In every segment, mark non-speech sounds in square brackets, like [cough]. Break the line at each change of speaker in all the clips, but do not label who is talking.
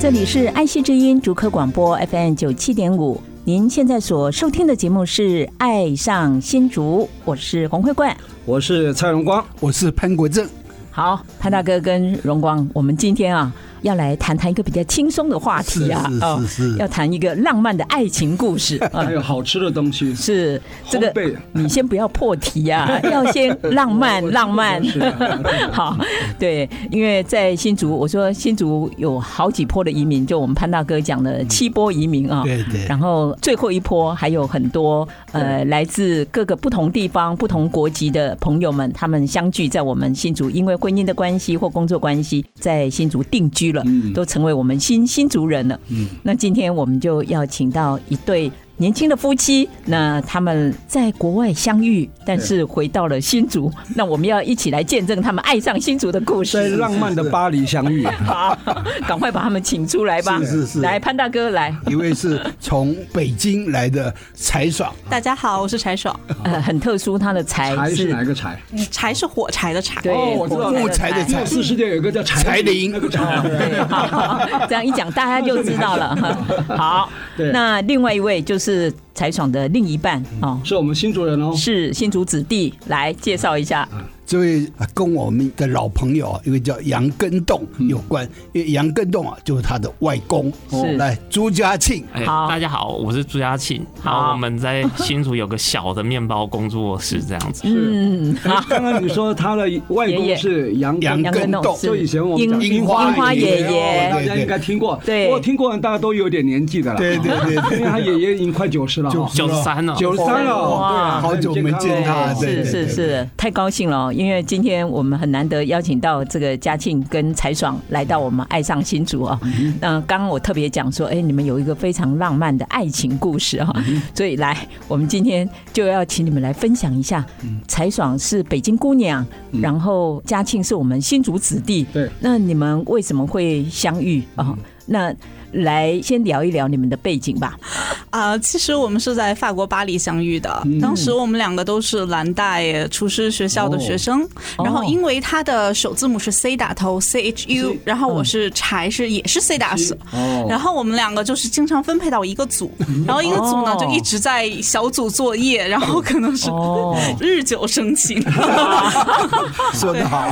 这里是爱惜之音主客广播 FM 九七点五，您现在所收听的节目是《爱上新竹》，我是洪慧冠。
我是蔡荣光，
我是潘国正。
好，潘大哥跟荣光，我们今天啊要来谈谈一个比较轻松的话题啊，
是是是是
要谈一个浪漫的爱情故事啊
还。有好吃的东西，
是这个
烘焙，
你先不要破题啊，要先浪漫
我
浪漫
我。是
[laughs] 好，对，因为在新竹，我说新竹有好几波的移民，就我们潘大哥讲的七波移民啊、
对对
然后最后一波还有很多呃来自各个不同地方、不同国籍的朋友们，他们相聚在我们新竹，因为婚姻的关系或工作关系，在新竹定居了，都成为我们新新竹人了。嗯，那今天我们就要请到一对。年轻的夫妻，那他们在国外相遇，但是回到了新竹，那我们要一起来见证他们爱上新竹的故
在
事。
浪漫的巴黎相遇，
好，赶快把他们请出来吧！
是是是
来潘大哥来，
一位是从北京来的柴爽，
大家好，我是柴爽，
呃，很特殊，他的才
柴是
哎是
哪个柴？
柴是火柴的柴。
对，
哦我知
火
道
木
柴
材
的
的
六
柴，
四十店有一个叫柴
柴林啊
那个柴，
对，好好，这样一讲大家就知道
[laughs]
了。好，
对
那另外一位就是柴爽的另一半哦，
是我们新竹人哦。
是新竹子弟，来介绍一下。
这位啊跟我们的老朋友啊，一位叫杨根栋有关，因为杨根栋啊就是他的外公，
嗯
哦
是哦
来朱家庆，
哎
好
大家好，我是朱家庆，然
好
后我们在新竹有个小的面包工作室这样子。
嗯，好，
刚刚你说他的外
爷
公
爷
是杨
杨
杨根栋
根栋
哦是
就以前我们讲
樱樱花爷爷
哦大家应该听过。
对
不过听过的大家都有点年纪的了。
对对对对
因为他爷爷已经快九十了哈，
九十三了，
九十三了哦，对啊
哇
好久没见他
很健康哦
是
对
是是，太高兴了哦，因为今天我们很难得邀请到这个嘉庆跟柴爽来到我们爱上新竹啊、
嗯
那刚刚我特别讲说，哎，你们有一个非常浪漫的爱情故事啊、
嗯
所以来，我们今天就要请你们来分享一下。
嗯
柴爽是北京姑娘，然后嘉庆是我们新竹子弟，
对，
那你们为什么会相遇啊、
嗯
那来先聊一聊你们的背景吧。
啊、其实我们是在法国巴黎相遇的，
嗯
当时我们两个都是蓝带厨师学校的学生，
哦
然后因为他的首字母是 C 打头 C H U，
是
然后我是柴是也是 C 打死。
哦
然后我们两个就是经常分配到一个组，然后一个组呢
哦
就一直在小组作业，然后可能是
哦
日久生情。
说
[laughs]
得好，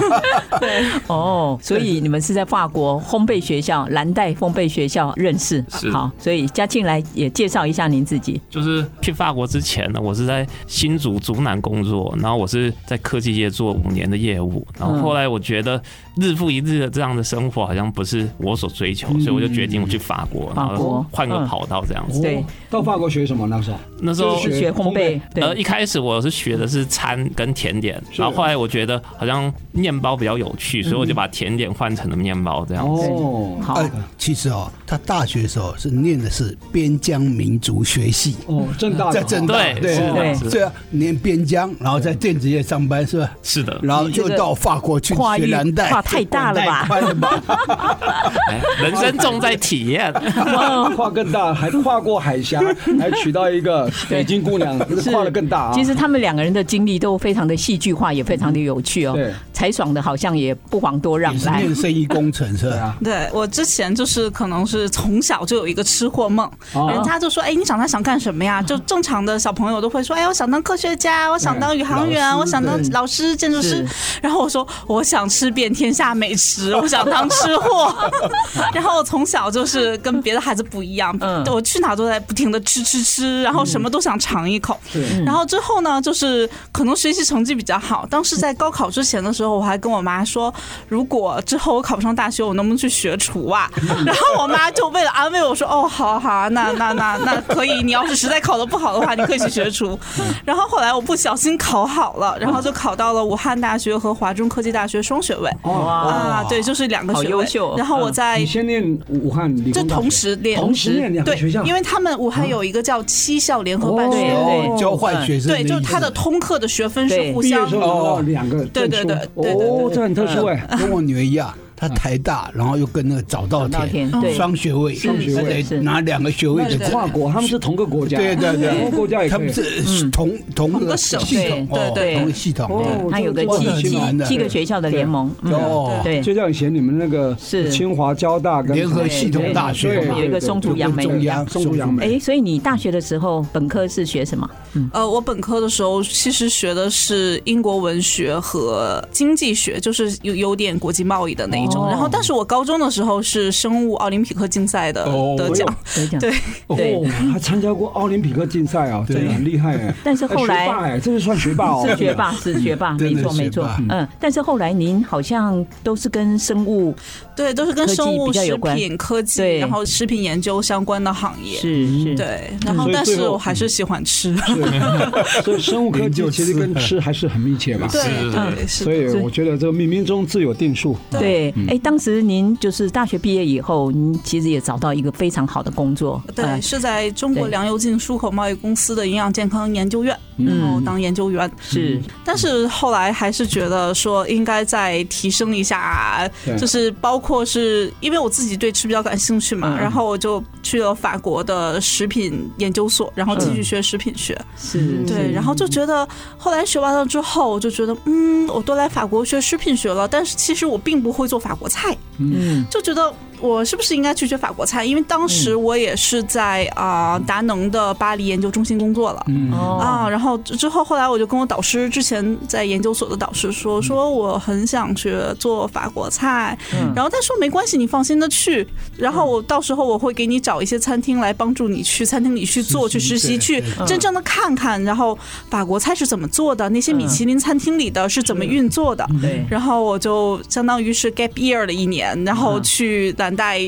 哦，所以你们是在法国烘焙学校蓝带烘焙学校认识
是，
好，所以嘉庆来也介绍一下您自己。
就是去法国之前呢，我是在新竹竹南工作，然后我是在科技业做五年的业务，然
嗯
后后来我觉得日复一日的这样的生活好像不是我所追求，所以我就决定我去法国，
嗯法
然
国
后换个
嗯
跑道这样子。
对，
到法国学什么那时候？
那时候
就是
学
学
烘
烘
焙
焙，
呃，
对，
一开始我是学的是餐跟甜点，
是
然后后来我觉得好像面包比较有趣，所以我
嗯
就把甜点换成了面包这样子。
哦
好，
呃，其实哦，他大学的时候是念的是边疆民族学系，
哦，正大的
在正
哦
大
对，
对
是这样子，
对啊，念边疆，然后在电子业上班是吧？
是的，
然后又到法国去
跨
学
域
蓝带，
跨太大了吧
[laughs] 跨太宽了吧？
哎人生重在体验。 [laughs]
跨更大，还跨过海峡，还娶到一个北京姑娘，
是
跨得更大啊！
其实他们两个人的经历都非常的戏剧化，也非常的有趣哦
对。
柴爽的好像也不遑多让
也，是
来
念生意工程是
对
吧？
啊，
对我之前就是可能是从小就有一个吃货梦，
哦
人家就说：“哎，你长大想干什么呀？”就正常的小朋友都会说：“哎，我想当科学家，我想当宇航员，我想当老师、建筑师。”然后我说：“我想吃遍天下美食，我想当吃货。”然后我从小就是跟别的孩子不一样，
嗯
我去哪都在不停的吃吃吃，然后什么都想尝一口。
是
然后之后呢，就是可能学习成绩比较好。当时在高考之前的时候，候，我还跟我妈说，如果之后我考不上大学，我能不能去学厨
[laughs]
啊？然后我妈就为了安慰我说，哦，好好啊，那 [laughs] 那那那可以，你要是实在考得不好的话，你可以去学厨。
嗯
然后后来我不小心考好了，然后就考到了武汉大学和华中科技大学双学位。
哦
啊，对，就是两个
好
学
优
位。
秀
然后我在
嗯你先念武汉理
就
工大学
同时练，
同时念两个
对
学校，哦
因为他们武汉有一个叫七校联合办学
对
院，
对
交换哦学生的
对，
意思，
就是他的通课的学分
对
是互
毕业
相哦
的时候有两个
对
证
对
书
对对对对
哦，这很特殊哎。
[laughs] 跟我女儿一样，她台大，然后又跟那个早稻
嗯早稻
田
田对
双学位，
是是
她得
是
拿两个学位
那
的
是
证，
跨国，他们是同个国家，
对对对
同个国家也
他
可以
们。是同
嗯
同
同
个
个
系
省
统，
对
哦
对对
同个系统，
他有个
哇
七
这很
七
难的
七个学校的联盟，嗯，
哦，
对，
就像以前你们那个
是
清华、交大跟
联合系统大学
对
嘛
有一个中途杨梅
中央
中途杨梅
哎，所以你大学的时候本科是学什么？
呃，我本科的时候其实学的是英国文学和经济学，就是有有点国际贸易的那一
哦
种。然后，但是我高中的时候是生物奥林匹克竞赛的
哦
得奖，
得奖
对
对
哦，还参加过奥林匹克竞赛啊，
对
真的很厉害哎。
但是后来
哎学霸哎，这是算学霸哦，
是学霸，是学霸，没
真的
错
学
没错
霸，
嗯，但是后来您好像都是跟生物
对，都是跟
科技
生
比
物、
较有
食
关
品、科技，
对
然后食品研究相关的行业。
是是，
对，然后
所以
但
最
是
后
我还是喜欢吃，
对。 [laughs] 所以生物科技其实跟吃还是很密切嘛。
对
是
对是
所
的。
以我觉得这个冥冥中自有定数。
对，
嗯
哎，当时您就是大学毕业以后，您其实也找到一个非常好的工作，呃
对，，是在中国
对嗯
粮油进出口贸易公司的营养健康研究院，然后当研究员。
是
但是后来还是觉得说应该再提升一下
对，
就是包括是因为我自己对吃比较感兴趣嘛，
嗯
然后我就去了法国的食品研究所，然后继
嗯
续学食品学。
是，
嗯对，然后就觉得后来学完了之后，就觉得嗯，我都来法国学食品学了，但是其实我并不会做法国菜，
嗯，
就觉得我是不是应该去学法国菜？因为当时
嗯
我也是在啊、达能的巴黎研究中心工作了。
嗯
哦，
啊，然后之之后，后来我就跟我导师，之前在研究所的导师
嗯
说，说我很想学做法国菜，
嗯
然后他说没关系，你放心的去，然后我到时候我会给你找一些餐厅来帮助你去餐厅里去做，
实
去
习
实习，
对
去
对
真正的看看，然后法国菜是怎么做的，那些米
嗯
其林餐厅里的是怎么运作的，
对，
然后我就相当于是 gap year 了一年，然
嗯
后去蓝带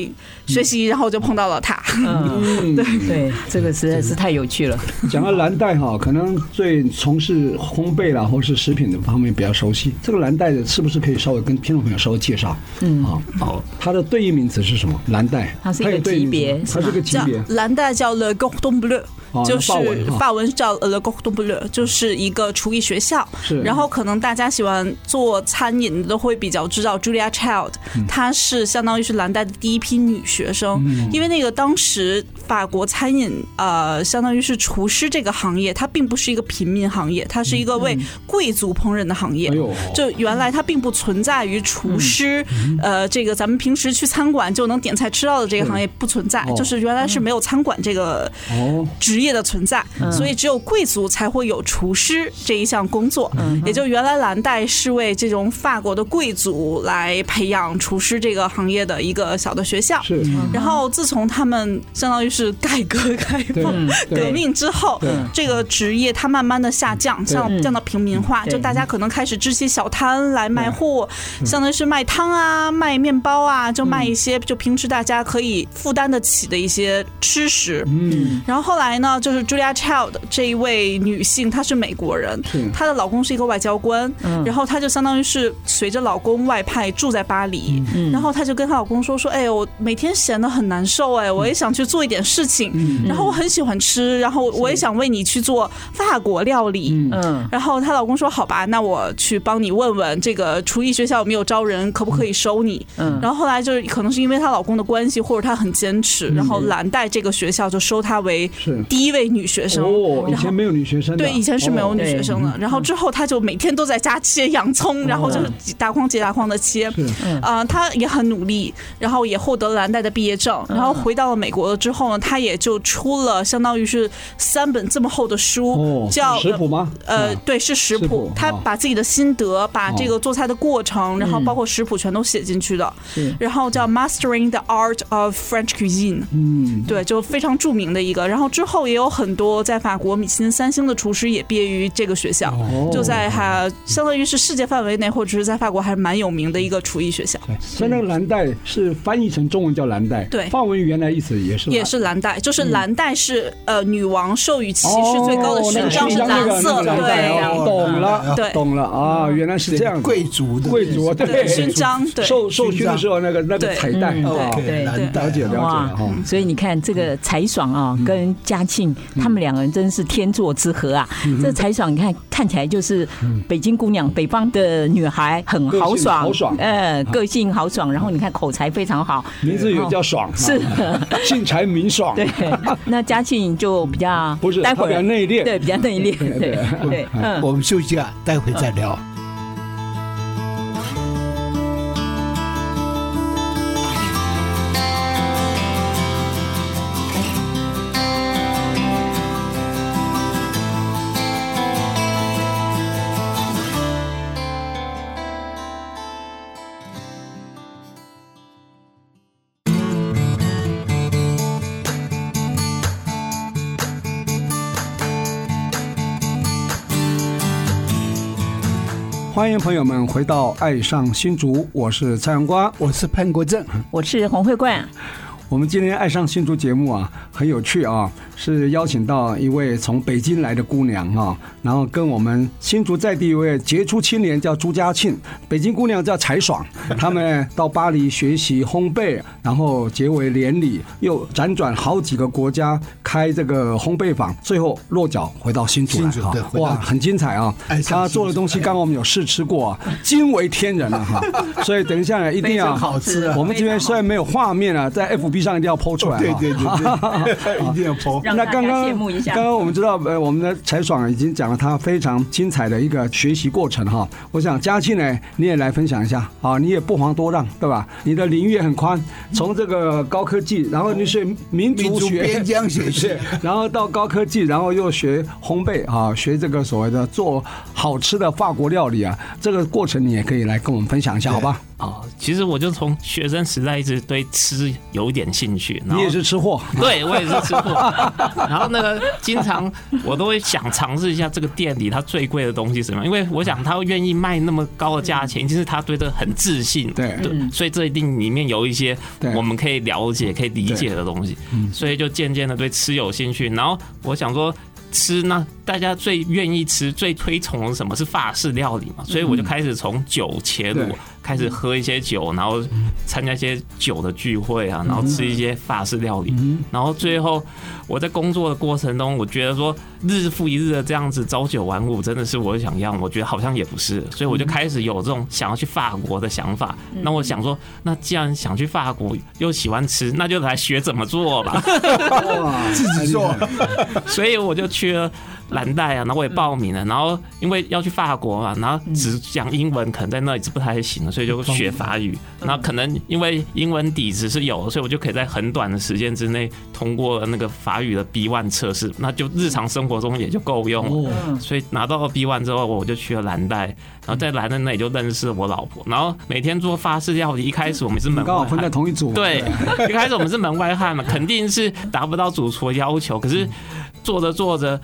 学习，然后就碰到了他。
嗯，
嗯，
对，这个实在是太有趣了，
讲到蓝带哈，可能对从事烘焙啦或是食品的方面比较熟悉。这个蓝带的是不是可以稍微跟听众朋友稍微介绍？
嗯
啊，好，它的对应名词是什么？蓝带，
它是一个
有对应名词
级别
它是一个级
叫
别。
蓝带叫 Le g o r d o n Bleu，、
哦
就是
那法文哈
法文叫 Le g o r d o n Bleu，就是一个厨艺学校。
是
然后可能大家喜欢做餐饮的都会比较知道 Julia Child，、她
嗯
是相当于是蓝带的第一批女学生，
嗯
因为那个当时法国餐饮呃，相当于是厨师这个行业，它并不是一个平民行业，它是一
嗯
个为贵族烹饪的行业。
哎呦，
就原来它并不存在于厨师，
嗯
呃，这个咱们平时去餐馆就能点菜吃到的这个行业不存在，
哦
就是原来是没有餐馆这个
哦，嗯
职业的存在，所以只有贵族才会有厨师这一项工作。
嗯
也就原来蓝带是为这种法国的贵族来培养厨师这个行业的一个小的学校。
是，
然后自从他们相当于是改革开
对
放。革
对，
命之后
对，
这个职业它慢慢的下降，
对
降
嗯
降到平民化，
对
就大家可能开始支起小摊来卖货，相当于是卖汤啊、卖面包啊，就
嗯
卖一些就平时大家可以负担得起的一些吃食。
嗯，
然后后来呢，就是 Julia Child 这一位女性，她是美国人
是，
她的老公是一个外交官，
嗯
然后她就相当于是随着老公外派住在巴黎，
嗯
然后她就跟她老公说说，哎，我每天闲得很难受，
嗯
哎，我也想去做一点事情，然后我很喜欢吃，然后我也想为你去做法国料理，
嗯，
然后她老公说：“好吧，那我去帮你问问这个厨艺学校有没有招人，可不可以收你？”
嗯
然后后来就是可能是因为她老公的关系，或者她很坚持，然后蓝带这个学校就收她为
嗯是
第一位女学生。
哦，以前没有女学生的，哦
对，以前是没有女学生的。然后之后她就每天都在家切洋葱，然后就是大筐接大筐的切。
嗯是
啊、她也很努力，然后也获得了蓝带的毕业证。
嗯
然后回到了美国了之后呢，她也就出了相当于是三本这么厚的书，
哦，
叫
食谱吗？
呃
嗯，
对，是
食
食谱
谱，
他
哦嗯
把自己的心得，把这个做菜的过程，然后包括食谱全都写进去的
是。
然后叫《Mastering the Art of French Cuisine》，
嗯，
对，就非常著名的一个。然后之后也也有很多在法国米其林三星的厨师也毕业于这个学校，
哦
就在哈相当于是世界范围内，或者是在法国还是蛮有名的一个厨艺学校，
对所以那个蓝带是翻译成中文叫蓝带，
对
法文原来意思也是蓝
也是蓝带，就是蓝带是呃女王授予骑士最高的
哦那个
勋章
勋
是
章那
蓝
个
色
那
的，
个
对
蓝带哦懂了，
对嗯
懂了啊，原来是这样子，
贵族的
贵族
对勋章
[laughs]
对
授授勋的时候那个那个
对
彩带
嗯
啊，
哦，OK，
对
蓝带
了解了解哦嗯
哇
了哈。
所以你看，这个柴爽啊，跟嘉庆
嗯
他们两个人真是天作之合啊！这柴爽，你看看起来就是北京姑娘，北方的女孩，很豪爽，
嗯个性豪爽
呃，个性豪爽。然后你看口才非常好，
名字有叫爽，
是，
姓柴名爽， [laughs]
对。那嘉庆就比较
嗯不是
待会
他比较
儿
内敛
对，比较内敛，
[laughs] 对
对对，嗯。
我们休息啊，待会再聊。
欢迎朋友们回到《爱上新竹》，我是蔡阳光。
我是潘国正，
我是洪慧冠，
我们今天《爱上新竹》节目啊，很有趣啊，是邀请到一位从北京来的姑娘啊，然后跟我们新竹在地一位杰出青年叫朱家庆，北京姑娘叫柴爽，他们到巴黎学习烘焙，然后结为连理，又辗转好几个国家开这个烘焙坊，最后落脚回到新竹来
新竹对哎
哈，
回到
哇，很精彩啊
爱！上
他
新竹
做的东西，刚刚我们有试吃过、啊，惊为天人了、啊哈，所以等一下呢，一定要
非常好吃
[laughs]
啊
[laughs] 我们这边虽然没有画面啊，在 FB 上一定要抛出来、啊。
哦对对对
[laughs]
对，一定要播。
让
那
大家
刚刚
羡慕一下
刚。刚我们知道，呃，我们的柴爽已经讲了他非常精彩的一个学习过程哈。我想嘉庆呢，你也来分享一下啊，你也不遑多让，对吧？你的领域也很宽，从这个高科技，然后你是民
民
族
族
学
边疆学
是
学，
[laughs] 然后到高科技，然后又学烘焙啊，学这个所谓的做好吃的法国料理啊，这个过程你也可以来跟我们分享一下，好吧？
啊，其实我就从学生时代一直对吃有一点兴趣，然
你
后
也是吃货，
[laughs] 对我也是吃货， [laughs] 然后那个经常我都会想尝试一下这个店里它最贵的东西是什么，因为我想他会愿意卖那么高的价钱，一定是他对这很自信，
对嗯
所以这一定里面有一些
对嗯
我们可以了解、可以理解的东西，所以就渐渐的对吃有兴趣，然后我想说。吃呢，大家最愿意吃、最推崇的什么是法式料理嘛，所以我就开始从酒切入
对，
开始喝一些酒，然后参加一些酒的聚会啊，然后吃一些法式料理，然后最后我在工作的过程中，我觉得说日复一日的这样子朝九晚五，真的是我想要，我觉得好像也不是，所以我就开始有这种想要去法国的想法。那我想说，那既然想去法国又喜欢吃，那就来学怎么做吧。
哎
自己做，
所以我就去了蓝带啊，然后我也报名了，然后因为要去法国嘛，然后只讲英文可能在那里是不太行的，所以就学法语。那可能因为英文底子是有的，所以我就可以在很短的时间之内通过了那个法语的 B one 测试，那就日常生活中也就够用了。所以拿到了 B one 之后，我就去了蓝带，然后在蓝带那里就认识了我老婆，然后每天做法式料理。一开始我们是门
刚好
外
分
汉
在同一组，
对，一开始我们是门外汉嘛，肯定是达不到主厨的要求。可
嗯
是做着做着，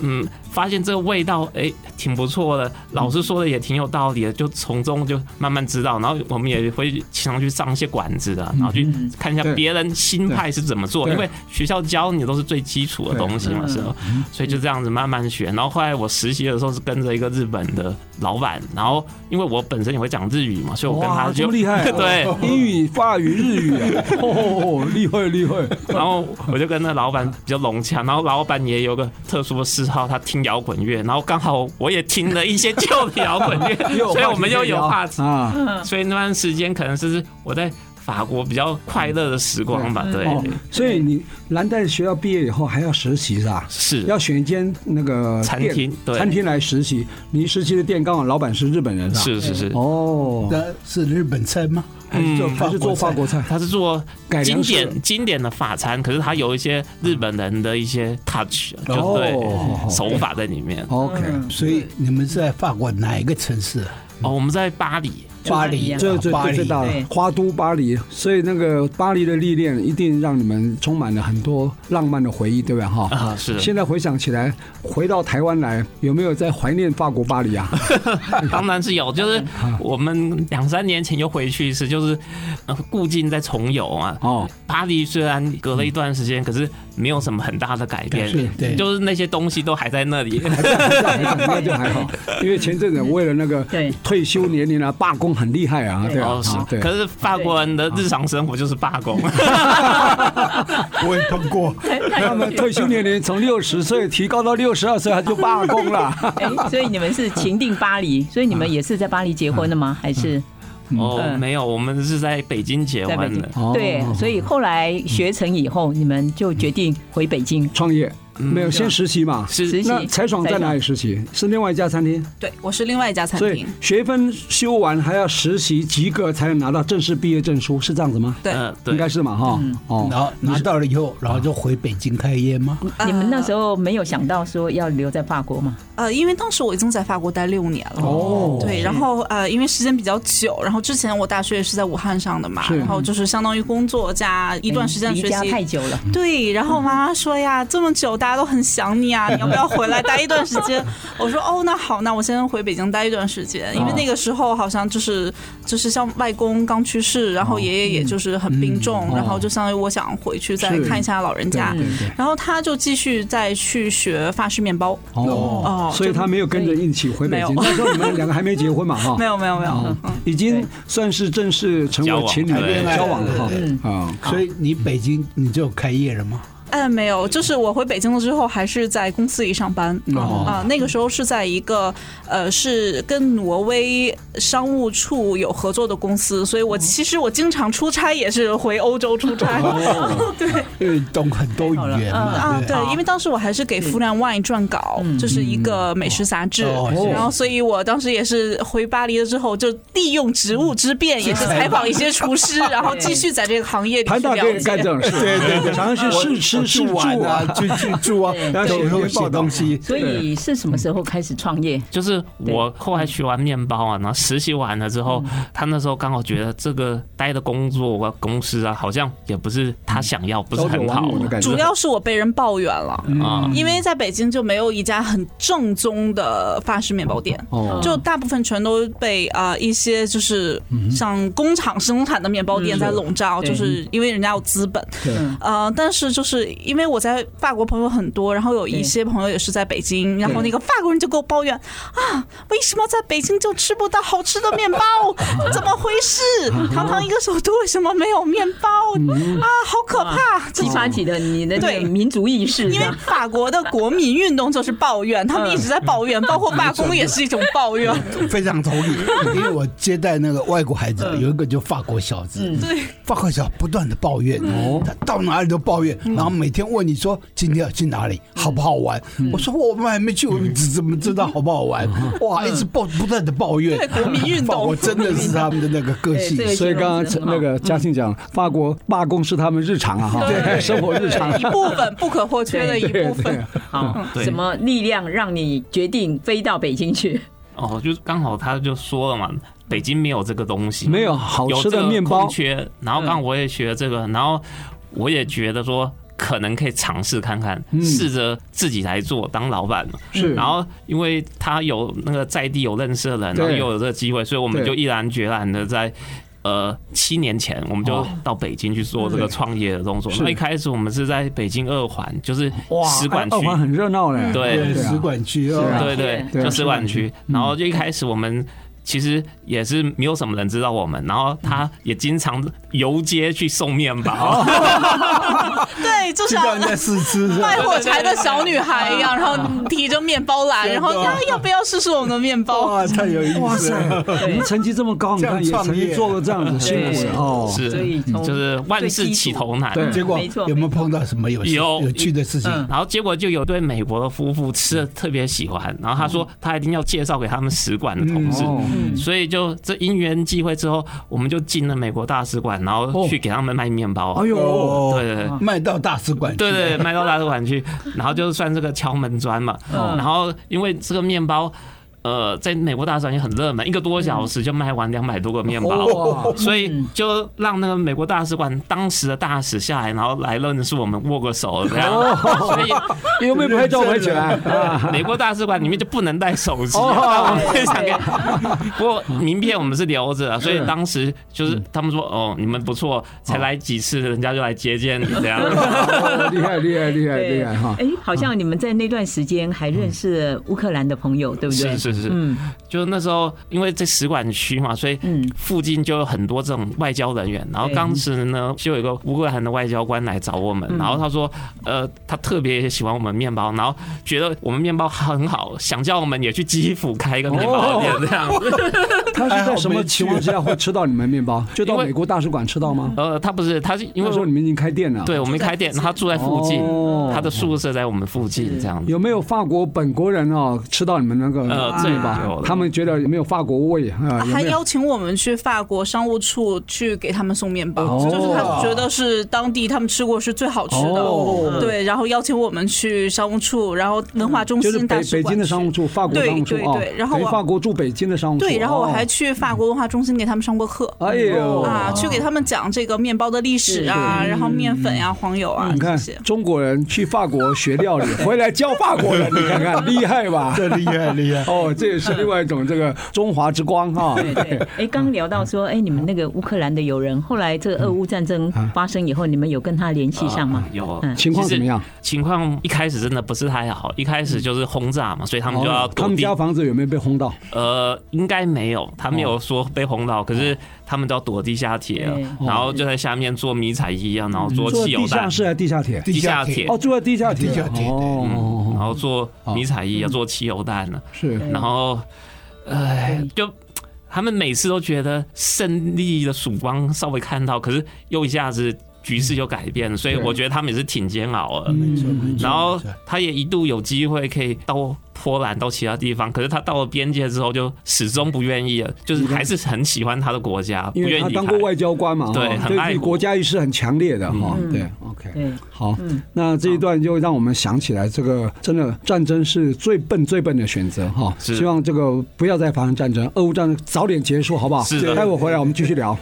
嗯，发现这个味道哎、挺不错的，老
嗯
师说的也挺有道理的，就从中就慢慢知道。然后我们也会经常去上一些馆子啊的，然后去看一下
嗯对
别人新派是怎么做，
对
因为学校教你的都是最基础的东西嘛，是吧？
嗯
所以就这样子慢慢学。然后后来我实习的时候是跟着一个日本的老板，然后因为我本身也会讲日语嘛，所以我跟他
哇，这
就
么厉害啊，
[laughs] 对。
英语、法语、日语
[laughs]
啊，哦，厉害厉害，
然后我就跟那老板比较融洽，然后老板也有个特殊的嗜好，他听摇滚乐，然后刚好我也听了一些旧的摇滚乐
[laughs] 又，有话题可以聊
所以我们又有话题，
啊，
所以那段时间可能是我在法国比较快乐的时光吧，对，
哦，所以你蓝带学校毕业以后还要实习是吧？
是
要选一间那个
餐
店
厅对
餐厅来实习。你实习的店刚好老板是日本人吧？
是是嗯是，
哦，
那是日本菜吗？
嗯，
还是做法国菜？
他是做
改
经
良式的
典经典的法餐，可是他有一些日本人的一些 touch，就对
哦
手法在里面。
嗯
OK，
所以你们是在法国哪一个城市？
哦，我们在巴黎，
巴黎，
这最
巴
最最
黎
大
对
的花都巴黎，所以那个巴黎的历练一定让你们充满了很多浪漫的回忆，对吧？哈、
啊是的
现在回想起来，回到台湾来，有没有在怀念法国巴黎啊？ [laughs]
当然是有，就是
嗯
我们两三年前又回去一次，就是呃故境在重游啊。
哦，
巴黎虽然隔了一段时间，可是没有什么很大的改变，
是对
就是那些东西都还在那里。
还在还在还在那就还好，因为前阵子为了那个
对
退休年龄啊，罢工很厉害啊，对啊
[laughs] 哦，，是
啊对，
可是法国人的日常生活就是罢
[laughs]
工，
我也碰过，
他们退休年龄从六十岁提高到六十二岁，他就罢工
[laughs]
了。
哎，所以你们是情定巴黎，所以你们也是在巴黎结婚的
嗯
吗？还是
哦，
嗯
没有，我们是在北京结
在北
婚
京
的。
哦？
对，所以后来学成以后，你们就决定回北京
创业没有先实习嘛？
是
实习
那采爽在哪里实习？是另外一家餐厅，
对，我是另外一家餐
所以
厅。
学分修完还要实习及格才能拿到正式毕业证书，是这样子吗？
对
呃，
应该
对，
是嘛哈。
然
哦，
后拿到了以后，然后就回北京开业吗？
嗯
你们那时候没有想到说要留在法国嘛？
呃，因为当时我已经在法国待六年了。
哦
对，然后呃，因为时间比较久，然后之前我大学也是在武汉上的嘛，
是哎
然后就是相当于工作加一段时间的
哎离
学
家太
习。
久了，
对，然后妈妈说呀，这么久大家都很想你啊，你要不要回来待一段时间？ [laughs] 我说哦，那好，那我先回北京待一段时间，
啊
因为那个时候好像就是就是像外公刚去世，然后爷爷也就是很病重，
哦嗯
然后就相当于我想回去再
是
看一下老人
对
家，
对对。
然后他就继续再去学法式面包。
哦
哦，
所以他没有跟着一起回北京。
没有
那时候你们两个还没结婚嘛哈？
没有没有没有，
哦，已经算是正式成为情侣
交
往
交往了
对
对
嗯
哈。啊，
所以你北京你就开业了吗？
哎，没有，就是我回北京了之后，还是在公司里上班啊、
哦
那个时候是在一个呃，是跟挪威商务处有合作的公司，所以我其实我经常出差也是回欧洲出差。 [laughs]
嗯
因为懂很多语言
啊
嘛，，
对
不，
因为当时我还是给《Food and Wine》撰稿，就是一个美食杂志，
哦
是
然后所以我当时也是回巴黎了之后，就利用职务之便，也是采访一些厨师，然后继续在这个行业里去
潘大哥
了
也干这
解。
种事，对对对，常常是试吃试
去玩
住
啊，
啊，
去去
[laughs]
住啊，然后
对
有时候写东西，
所以是什么时候开始创业？
哦
就是我后来学完面包啊，然后实习完了之后，
嗯
他那时候刚好觉得这个待的工作啊、公司啊，好像也不是他想要，不是
朝九
很
晚
好
五的感觉。嗯
主要是我被人抱怨了。
啊。
因为在北京就没有一家很正宗的法式面包店，
哦
就大部分全都被啊、呃一些就是像工厂生产的面包店在笼罩，
对
就是因为人家有资本。
对
呃，但是就是因为我在法国朋友很多，呃然后有一些朋友也是在北京，然后那个法国人就给我抱怨啊，为什么在北京就吃不到好吃的面包？怎么回事？堂堂一个首都为什么没有面包啊？好可怕！这
激发起的你的那
对
个民族意识，
[laughs] 因为法国的国民运动就是抱怨，他们
嗯
一直在抱怨，
[laughs]
包括罢工也是一种抱怨。
非常同意。
[laughs]
因为我接待那个外国孩
嗯
子，有一个就法国小子，
对，
法国小子不断的抱怨，他到哪里都抱怨，然后每天问你说今天要去哪里，好不好玩？我说我们还没去，我们怎怎么知道好不好玩？哇，一直抱不断的抱怨，
对国民运哎动
我真的是他们的那个个性
对。这
所以刚刚那个嘉庆讲，法国罢工是他们日常啊，哈，
嗯对
生活日常。
一部分不可
[laughs]
或缺的一部分。
好，
对
嗯什么力量让你决定飞到北京去？
哦，就是刚好他就说了嘛，北京没有这个东西，
没有好
有
吃的
这个
面包嗯
空缺。然后刚好我也学了这个，然后我也觉得说。可能可以尝试看看，试着自己来做当老板嘛。
嗯是
然后因为他有那个在地有认识的人，然后
对
又有这个机会，所以我们
对
就毅然决然的在呃七年前，我们
哦
就到北京去做这个创业的动作。那一开始我们是在北京二环，就是使馆
二
区，
环很热闹嘞，
对
对，
对啊
使馆区
是啊
哦，
对对，
对
就使馆区。
嗯
然后就一开始我们其实也是没有什么人知道我们，然后他也经常游街去送面
[laughs] 哦
包，
对，就
去
像
到人家试吃是吧
卖火柴的小女孩一样，然后提着面包
[laughs]
来，
真的
然后呀，要不要试试我们的面
哦
包？
哇，太有意
哇
思
塞
了。，
[laughs]
你们成绩这么高，你
这样
看也
创
曾
业
经做过这样子，辛
对
苦了哦。
是
所以从
[laughs] 就是万事起头难。
对
结果
没错
有没有碰到什么有
有
有趣的事情？
嗯
然后结果就有对美国的夫妇吃的特别喜欢，然后他说他一定要介绍给他们使馆的同事，
哦，
所以就这因缘际会之后，我们就进了美国大使馆，然后去给他们卖面包。
哦哎呦，
哦，
对对对，
卖到大使馆去，
嗯对对，
[laughs] 嗯
麦当劳的碗去，然后就算这个敲门砖嘛。然后因为这个面包呃，在美国大使馆也很热门，一个多小时就卖完两百多个面包，
哇，
所以就让那个美国大使馆当时的大使下来，然后来认识我们，握个手这样。
哦
所以
有没有拍照拍起来啊？
美国大使馆里面就不能带手机，
哦
我们
[laughs]
也想给。不过名片我们是留
嗯
着的，啊所以当时就是他们说哦，你们不错，才来几次，人家就来接见你
[laughs]
这样。
哦厉害厉害厉害厉
啊
害哈！
哎，好像你们在那段时间还认识乌克兰的朋友，对不对？
嗯是是是，
嗯，
就那时候因为在使馆区嘛，所以
嗯
附近就有很多这种外交人员。然后
对
当时呢，就有一个乌克兰的外交官来找我们，然后他说，呃，他特别喜欢我们面包，然后觉得我们面包很好，想叫我们也去基辅开一个面包店这样子。
他是在什么情况之下会吃到你们面包？就到美国大使馆吃到吗？
呃，他不是，他是因
那
为
时候你们已经开店了。
对，我们开店，他住在附近
哦，
他的宿舍在我们附近这样子。
有没有法国本国人哦吃到你们那个
呃这
面
有
包？
的
他们觉得有没有法国味啊？有
还
没有？
邀请我们去法国商务处去给他们送面包，
哦
就是他觉得是当地他们吃过是最好吃的，
哦
对，然后邀请我们去商务处，然后文化中
嗯就是
心
北
大使
北
馆
京的商务
去。
处，法国商务处
对对
啊，
对然后
等于
我
法国驻北京的商务处。
对，然后我还
哦
去法国文化中心给他们上过课。
哎呦
啊，去给他们讲这个面包的历史啊，然后面粉呀、黄油啊
嗯你
这
看
些。
中国人去法国学料 [laughs] 理，回来教法国人，你看看厉害吧？
这厉害厉害。
哦，这也是另外一种这个中华之光啊哈。
对对，哎，刚刚聊到说，哎，你们那个乌克兰的友人，后来这个俄乌战争
嗯
发生以后，你们有跟他联系上吗？
啊有
嗯
情况怎么样？
情况一开始真的不是太好，一开始就是轰炸嘛，所以他们就要
哦他
躲
们
地
家房子有没有被轰到？
呃，应该没有，他没有说被轰到，可是他们都要躲地下铁了，
对
然后就在下面做迷彩衣啊，然后做
住在
汽油
嗯地下
弹、
室还是地下铁？
地下铁
哦，，住在地下铁。
地下铁
哦，
嗯，然后做迷彩衣啊，做汽油弹呢，
是
对
然后，哎，就。他们每次都觉得胜利的曙光稍微看到，可是又一下子局势就改变了，所以我觉得他们也是挺煎熬的。嗯
嗯
然后他也一度有机会可以到波兰，到其他地方，可是他到了边界之后，就始终不愿意了，就是还是很喜欢他的国家，不
因
愿
为
意
他
离开
当。过外交官嘛，哈
对很
对
爱
自己
国
国家意识很强烈的哈。
嗯
对，OK，
对，
好
嗯，
那这一段就让我们想起来，这个真的战争是最笨最笨的选择哈。
是
希望这个不要再发生战争，俄乌战争早点结束，好不好？
是的
待会儿回来我们继续聊。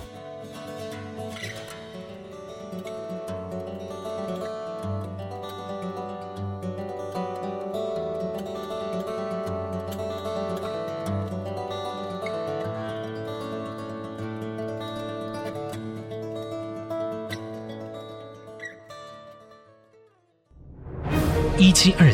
一七二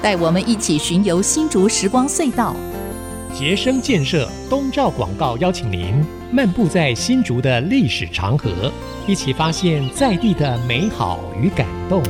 带我们一起巡游新竹时光隧道。
杰生建设东照广告邀请您漫步在新竹的历史长河，一起发现在地的美好与感动。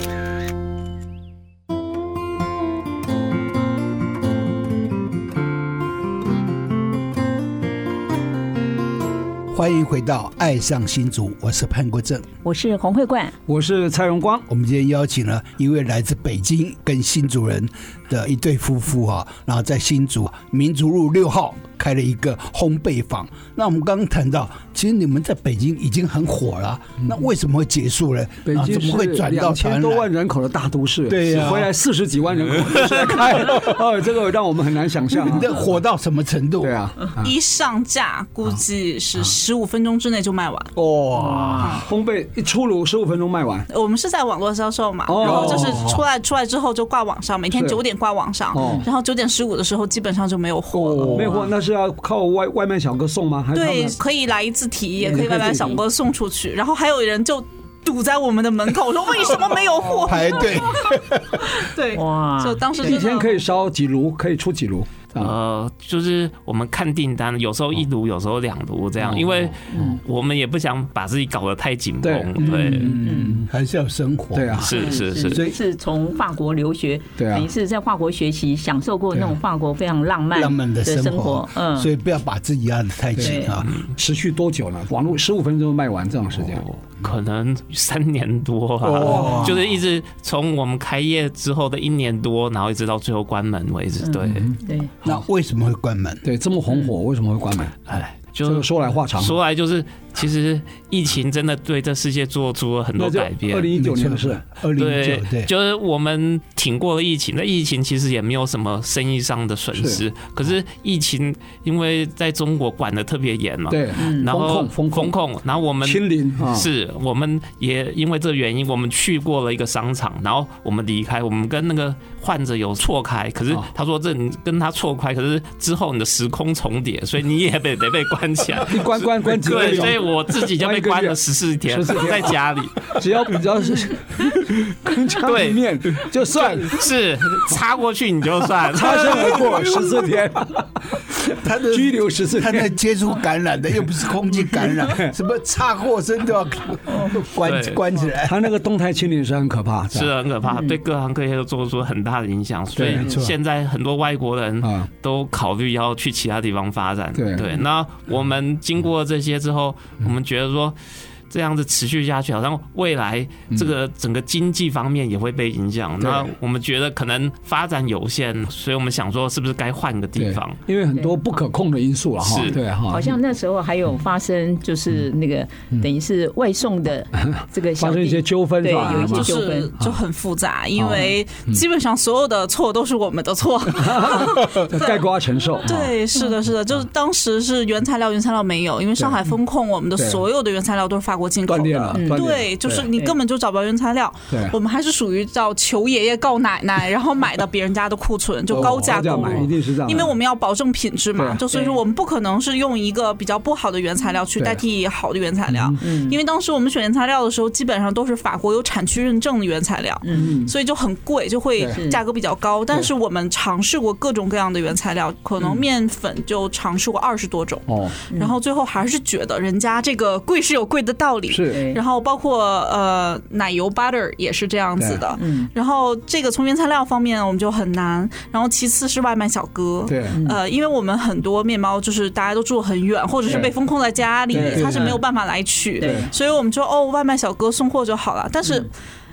欢迎回到《爱上新竹》，我是潘国正。
我是洪慧冠，
我是蔡荣光，
我们今天邀请了一位来自北京跟新竹人的一对夫妇啊，然后在新竹民族路六号开了一个烘焙坊。那我们刚刚谈到，其实你们在北京已经很火了，那为什么会结束呢？
嗯北
然后
京
怎么会
是
转到
两
台
千
湾
多
来？
万人口的大都市，
对呀
回来四十几万人口都是来开，
[laughs]
哦，这个让我们很难想象啊
你。的火到什么程度？
对，啊，啊
一上架估计是十五分钟之内就卖完。
哦
哇，
烘焙一出炉十五分钟卖完，
我们是在网络销售嘛，
哦
然后就是出来出来之后就挂网上，每天
是
九点挂网上
哦，
然后九点十五的时候基本上就没有货了。
没有货，那是要靠外外卖小哥送吗？还是他们
对，可以来一次提，也可以
可以
慢慢
自
小
提
哥送出去。然后还有人就堵在我们的门口，我说为什么没有
[laughs]
货？
排队。
对，
哇，
就当时
一
真
天 [laughs]
的
可以烧几炉，可以出几炉？
呃，就是我们看订单，有时候一炉，有时候两炉这
哦
样，因为
嗯
我们也不想把自己搞得太紧绷，对，
嗯，还是要生活，
对啊，
是是是，
所以
是从法国留学，
对啊
等于是在法国学习，享受过那种法国非常浪漫
啊浪漫的
生
生活，
嗯，
所以不要把自己压得太紧啊。
持续多久呢？网络十五分钟卖完这种时间，
哦可能三年多吧，
哦
就是一直从我们开业之后的一年多，然后一直到最后关门为止。
嗯
对，
对，
那为什么会关门？
对，这么红火，为什么会关门？
哎、
这个
就
说来话长。
说来就是，其实疫情真的对这世界做出了很
那
多
就
改变
二。零一九年的事，
二零一
对
九，对，
就是我们挺过了疫情，那疫情其实也没有什么生意上的损失，可是疫情因为在中国管的特别严嘛，
对，
然后
风控嗯风控
然后我们
清零啊，
是我们也因为这原因，我们去过了一个商场，然后我们离开，我们跟那个患者有错开，可是
哦
他说这你跟他错开，可是之后你的时空重叠，所以你也得得被关
[laughs]
起来。
一关关关几个
对，所以
月，
我自己就被关了十四天，
14天
在
[laughs]
家里，
只要只要 [laughs] 是跟家里面就算
是插过去你就
[laughs]
算
擦身而过十四天，
他的
拘留十四
他那
天。
接触感染的又不是空气感
[laughs]
染，什么擦过身都要
哦
关
对
关起来。
他那个动态清零是很可怕，
是
吧
很可怕，对各行各业都做出很大的影响，所以
没错
现在很多外国人
啊
都考虑要去其他地方发展。
对嗯
那我们经过这些之后，我们觉得说。这样子持续下去，好像未来这个整个经济方面也会被影响。
嗯对
那我们觉得可能发展有限，所以我们想说，是不是该换个地
对
方？，
因为很多不可控的因素了哈
是，
对哈，
好像那时候还有发生，就是那个等于是外送的这个小
嗯发生一
弟
些纠纷是
对
吧？
有一些
就
纠纷啊
是就很复杂，因为
啊嗯
基本上所有的错都是我们
[laughs]
的错。
这盖瓜承受，啊，
[laughs] 对，是的，是的，就是当时是原材料，原材料没有，因为上海风控，我们的
对
所有的原材料都是法国进口
断裂了
嗯
的。，
断裂
对，
了
就是你根本就找不到原材料
对，
我们还是属于叫求爷爷告奶
[laughs]
奶，然后买到别人家的库存，就高价
这样
购
哦买，一
入。
定是这样买，
因为我们要保证品质嘛，
对
就所以说我们不可能是用一个比较不好的原材料去
对
代替好的原材料，
嗯
因为当时我们选原材料的时候，基本上都是法国有产区认证的原材料，
嗯
所以就很贵，就会
对嗯
是
价格比较高。但是我们尝试过各种各样的原材料，可能面粉就尝试过二十多种，
哦
然后最后还是觉得人家这个贵是有贵的道理。
是
对
然后包括呃奶油 butter 也是这样子的，
嗯
然后这个从原材料方面我们就很难，然后其次是外卖小哥，
对
呃，因为我们很多面包就是大家都住很远，或者是
对
被封控在家里
对，
他是没有办法来取
对，
所以我们就哦，外卖小哥送货就好了。但
嗯
是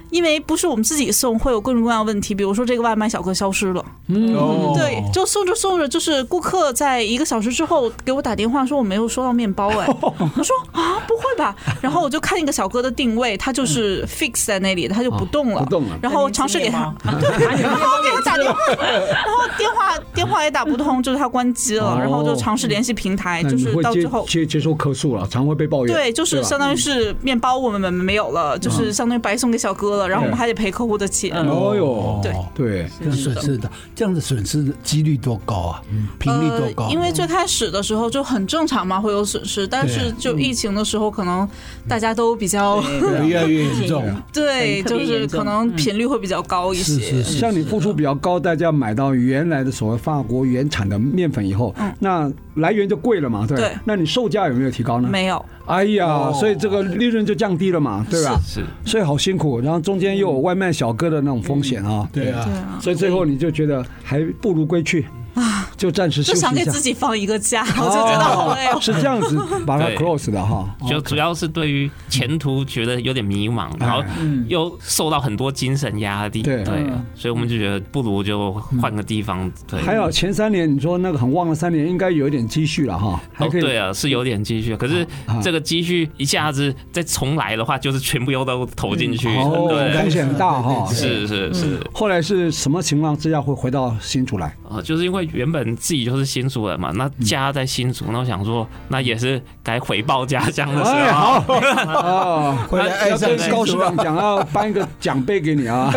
因为不是我们自己送，会有各种各样的问题，比如说这个外卖小哥消失了，
哦
对，就送着送着，就是顾客在一个小时之后给我打电话说我没有收到面包，
[laughs]
哎，我说啊，不会吧？然后我就看那个小哥的定位，他就是 fix 在那里，他就不动了，
嗯不动了
然后尝试给他， [laughs]
对，然后
给我打电话， [laughs] 然后电话电话也打不通，就是他关机了，
哦
然后就尝试联系平台，
那
就
你
是
会
到
接
最后。
接接受客诉了，常会被抱怨，
对，就是
吧嗯
相当于是面包我们没有了，就是相当于白送给小哥了，然后我们还得赔客户的钱。呃
哦哟，
对
对
这样损失的，这样的损失的几率多高啊？
嗯
频率多高？
呃？因为最开始的时候就很正常嘛，会有损失，但是就
嗯
疫情的时候，可能大家都比较
越来越严重，
[laughs] 对，
嗯特
就
别
是
严重
可能频率会比较高一
是
些
是。是，
像你付出比较高代价买到原来的所谓法国原产的面粉以后，那来源就贵了嘛，对
嗯对
那你售价有没有提高呢？
没哦有，
哎呀，所以这个利润就降低了嘛，对吧？
是
所以好辛苦，然后中间又有外卖小哥的那种风险啊，
嗯
对啊，
所以最后你就觉得还不如归去啊，就暂时休
就
息
想
一
给
下
自。己放一个假，我就觉得好累哦。
[laughs] 是这样子把它
对
close 的哈，
就主要是对于前途觉得有点迷茫，然后又受到很多精神压力，
哎对
所以我们就觉得不如就换个地方。对，哦
还有前三年你说那个很旺的三年，应该有一点积蓄了哈，还
哦，
可以啊
对啊，是有点积蓄，可是这个积蓄一下子再重来的话，就是全部又都投进去，
哦，风
对，
险很大哈。
是是是，
后来是什么情况之下会回到新竹
[laughs]
来？
哦，就是因为原本自己就是新竹人嘛，那
嗯
家在新竹，那我想说，那也是该回报家乡的时
哎，
候。
好啊，
回来爱
要
上
跟
新
高市
竹啊
长讲，要颁一个奖杯给你
[laughs]
啊，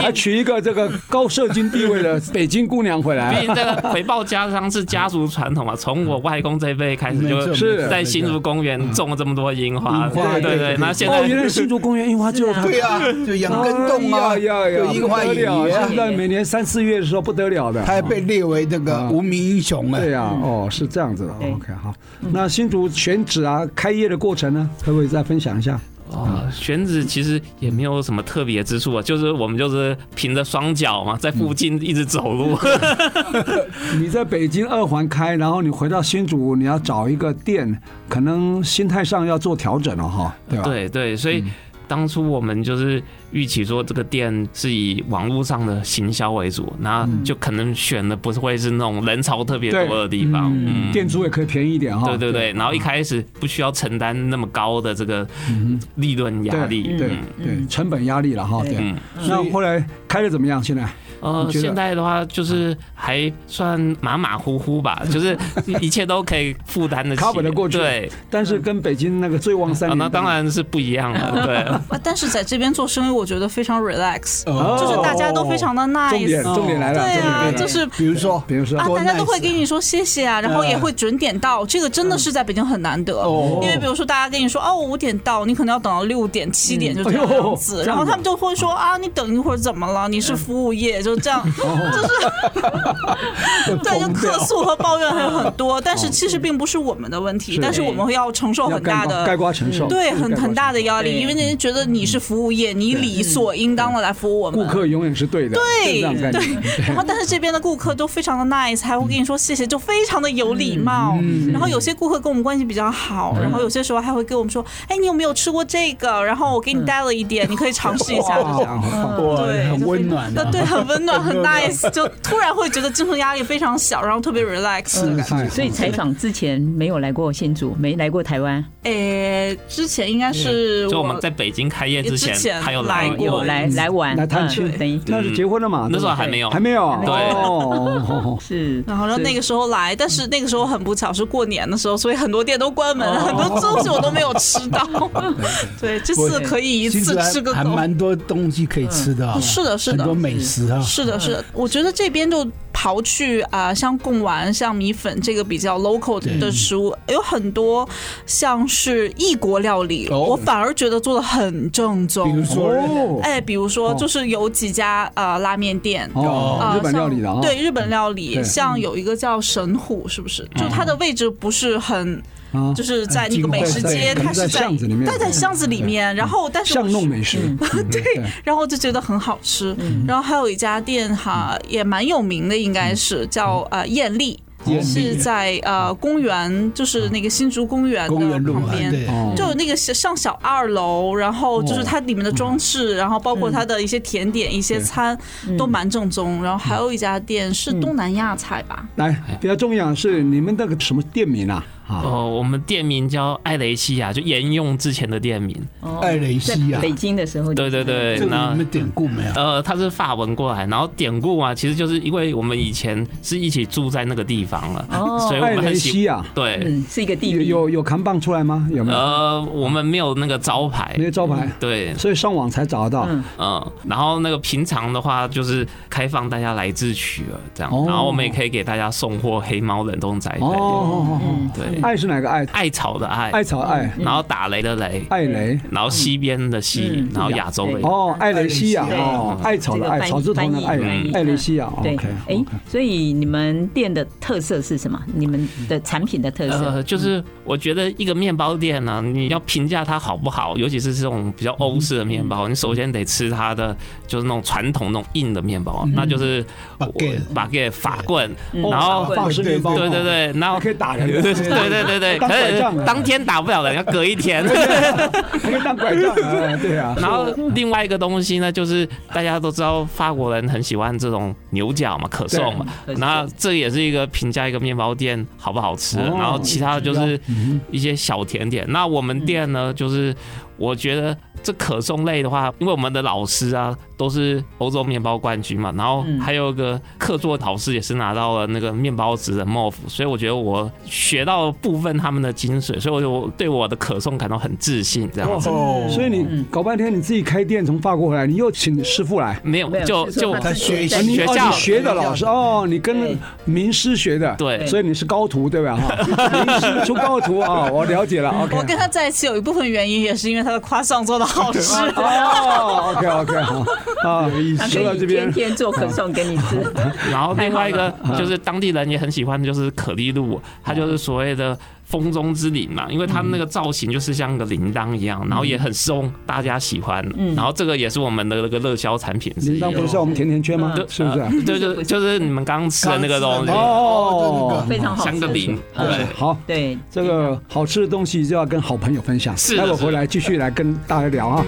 还娶一个这个高社经地位的北京姑娘回
[laughs] 毕
来。
竟这个回报家乡是家族传统嘛，从我外公这一辈开始
没
就
错嗯
是
在新竹公园种了这么多樱花，
樱花对
对
对
对对，那现
哦，原来
[laughs] 在
新竹公园樱花就是它。
对啊，就羊羹洞啊，
哎呀呀呀，
就樱花
不得
野
了！
啊
现，在每年三四月的时候不得了的，
它还被列为那个个无名英雄
嗯
哎。
对啊，哦，是这样子的。
对
OK，好。那新竹选址啊，开业的过程呢，可不可以再分享一下？
啊、选址其实也没有什么特别之处啊，就是我们就是凭着双脚嘛，在
嗯
附近一直走路。
你在北京二环开，然后你回到新竹，你要找一个店，可能心态上要做调整了哈，对吧？
[laughs] 对对，所
嗯
以当初我们就是预期说这个店是以网络上的行销为主，那
嗯
就可能选的不是会是那种人潮特别多的地方，嗯，
店租也可以便宜一点哈。
对对对，然后一开始不需要承担那么高的这个利润压力，
嗯对
嗯
对，成本压力了哈。对
嗯，
那后来开的怎么样？现在
呃
你，觉得
现在的话就是还算马马虎
[laughs]
虎吧，就是一切都可以负担得起
cover 得过去
对，
但是跟北京那个醉旺三
啊
年，
那当然是不一
[laughs]
样了，对。
啊但是在这边做生意，我觉得非常 relax，
哦
就是大家都非常的
重点
nice，
重点来了，
对
重
啊，
点来了
就是
比如说，
比如说
啊，
多
大家都
nice
会跟你说谢谢啊，然后
嗯
也会准点到，这个真的是在北京很难得。
哦
因为比如说大家跟你说哦，我五点到，你可能要等到六点、七点就这
哎呦
样子，然后他们就会说啊，你等一会儿怎么了？你是
嗯
服务业，就这样，
哦
就是
[laughs]
对，就客诉和抱怨还有很多，但是其实并不是我们的问题
哦是，哎
但是我们会要承受
要
很大
盖瓜盖
的。嗯
瓜承受，
对，
盖
很
瓜
很大的压力，
对
因为人家觉得你是服务业，你理所应当的来服务我
顾
们。
客永远是对的，
嗯对
是这样的概念。
然后，但是这边的顾客都非常的 nice，还会跟你说谢谢，就非常的有礼貌。然后有些顾客跟我们关系比较好，然后有些时候还会跟我们说：“哎，你有没有吃过这个？然后我给你带了一点，你可以尝试一下。”就这样。
哇
对，
很
就非
温暖
啊
呃
的。
对，很温暖，很 nice，就突然会觉得精神压力非常小，然后特别 relax 的感觉。
哎
所以采访之前没有来过新竹，没来过台湾，
诶，哎之前应该是
就我们在北京开业之前
之前
还有
来过
有来来玩
来探
嗯
亲
等于
那是结婚了嘛？
嗯那时候
对吧
还没有
还没有，啊
对
哦，
是，
然后
是
那个时候来，但是
嗯
那个时候很不巧是过年的时候，所以很多店都关门
哦
了，很多东西我都没有吃到。 [laughs] 对，这次可以一
新
次
竹还
吃个
还
够。嗯
蛮多东西可以吃的啊，
是的，是
很
的
多，美食啊。
是的，是的。我觉得这边就刨去啊、像贡丸、像米粉这个比较 local 的食物，有很多像是异国料理，
哦
我反而觉得做的很正宗。
比如说
哦
哎，比如说，就是有几家呃拉面店，
哦
啊，，
日本料理的啊，
像对日本料理，
对嗯
像有一个叫神户，是不是？就它的位置不是很，
啊，
就是在那
近
个美
对
食
对
街，
可能
它是
在巷子里面
它在巷子里面，然后但是嗯我
巷弄美嗯食，嗯
[laughs]
对，
然后就觉得很好吃。然后还有一家店哈，也蛮有名的，
嗯
应该是叫呃艳丽。
艳丽
是在呃公园，就是那个新竹公园
公园
的
路
旁
啊，
边，
对，
哦
就有那个小上小二楼，然后就是它里面的装饰，然后包括它的一些甜点、一些餐都蛮正宗。然后还有一家店是东南亚菜吧，
来比较重要是你们那个什么店名啊？啊，
哦，我们店名叫艾雷西亚，就沿用之前的店名。
哦
艾雷西
在
亚，
北京的时候，
对对，对
这，个
那
你们典故没有？
呃，它是法文过来，然后典故啊，其实就是因为我们以前是一起住在那个地方了，
哦
所以我
艾
们
雷
很
西
喜
亚
对。
嗯，是一个地
有
理，
有有扛棒出来吗？有没有？
呃，我们没有那个招牌
没，有招牌，
嗯
对，
所以上网才找得到。
嗯
嗯，然后那个平常的话就是开放大家来自取了这样
哦，
然后我们也可以给大家送货黑猫冷冻宅配，
哦哦
嗯
哦，
对
哦，爱是哪个爱？
艾草的艾
艾，草爱，
然后打雷的雷，
艾雷。
然后西边的西
嗯，
然后亚洲的
对
亚
哦，艾雷西亚
对
啊
哦，艾草
这
的
个
艾，
翻译
草字头
翻
的
译
艾
翻
嗯
译，
艾雷西亚。
对
OK，，
哎，所以你们店的特色是什么？你们的产品的特色？
呃，就是我觉得一个面包店呢、你要评价它好不好，尤其是这种比较欧式的面包，你首先得吃它的就是那种传统那种硬的面包，啊那就是
把给
把给法棍，
嗯
然后
哦法式面包，
对对，对，然后
哦还可以打人
对对对对对，
当
可
拐杖啊
是当天打不了人，要隔一天。
还可以当拐杖，哎对啊。
[laughs] 然后另外一个东西呢，就是大家都知道法国人很喜欢这种牛角嘛，可颂嘛。
对
那这也是一个评价一个面包店好不好吃。
哦
啊然后其他的就是
嗯
嗯一些小甜点。那我们
嗯
店呢，就是我觉得这可颂类的话，因为我们的老师啊都是欧洲面包冠军嘛，然后
嗯
还有一个客座老师也是拿到了那个面包职人 MOF，所以我觉得我学到部分他们的精髓，所以我就对我的可颂感到很自信这样子。
哦，
所以你
嗯
搞半天，你自己开店从法国回来，你又请师傅来，
没有
没，有
就是就
说
他
自己
学习
在
啊你
学
哦
校
你学的老师哦，你跟
对
名师学的，
对
所以你是高徒对吧？哈，名师出高徒啊，我了解了，OK。
我跟他在一起有一部分原因也是因为他的夸上做的好吃。
哦，OK OK 好，
[laughs]
啊，
他
说到
可以
这边
天，天做可颂给你
[laughs]
吃，
然后另外一个
太
就是当地人也很喜欢，就是可丽露，它就是所谓的风中之铃嘛，因为它那个造型就是像个铃铛一样，然后也很松，大家喜欢。
嗯
然后这个也是我们的那个热销产品之
铃
一
铛
哦。
不是像我们甜甜圈吗
嗯？
是不是？啊
呃对对，就是你们刚刚吃的那个东西，
哦，
非常好吃
像个铃。
嗯
哦
对，
好，
对，
这个好吃的东西就要跟好朋友分享。
是的
待会儿
是的
回来继续来跟大家聊啊。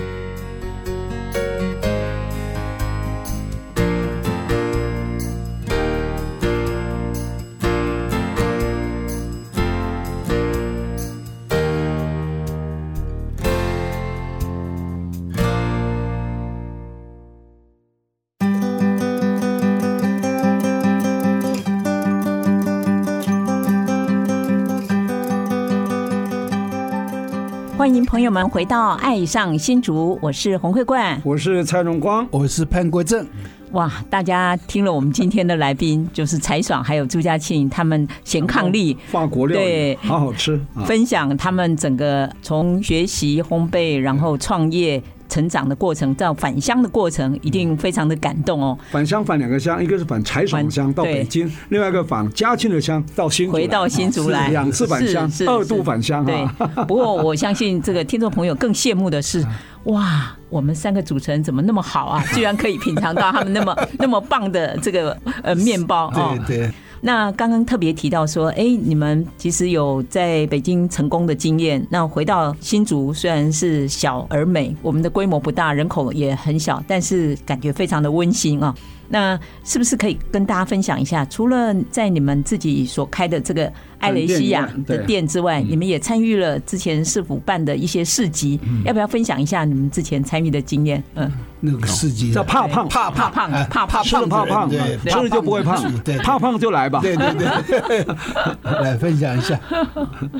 欢迎朋友们回到《爱上新竹》，我是洪慧冠。
我是蔡荣光，
我是潘国正，
哇，大家听了我们今天的来宾，就是柴爽还有朱家庆，他们贤伉俪。
法国料理
对
好好吃啊。
分享他们整个从学习烘焙，然后创业成长的过程，到返乡的过程，一定非常的感动哦。
返乡返两个乡，一个是返柴爽的乡
返
到北京，另外一个返嘉庆的乡到新竹来，
回到新竹来
是两次返乡
是是，
二度返乡
对
啊。，
不过我相信这个听众朋友更羡慕的是，哇，我们三个主持人怎么那么好啊？居然可以品尝到他们那么那么棒的这个呃面包哦。
对对，
那刚刚特别提到说，哎，你们其实有在北京成功的经验，那回到新竹虽然是小而美，我们的规模不大，人口也很小，但是感觉非常的温馨啊。那是不是可以跟大家分享一下？除了在你们自己所开的这个艾雷西亚
本
的
店以外对
店之外，你们也参与了之前市府办的一些市集，要不要分享一下你们之前参与的经验？嗯，
那个世纪
叫怕胖，
怕
怕胖
哎
怕胖
吃了怕胖，
对
吃了就不会胖
对，
怕胖就来吧。
对对对，
[laughs]
来分享一下，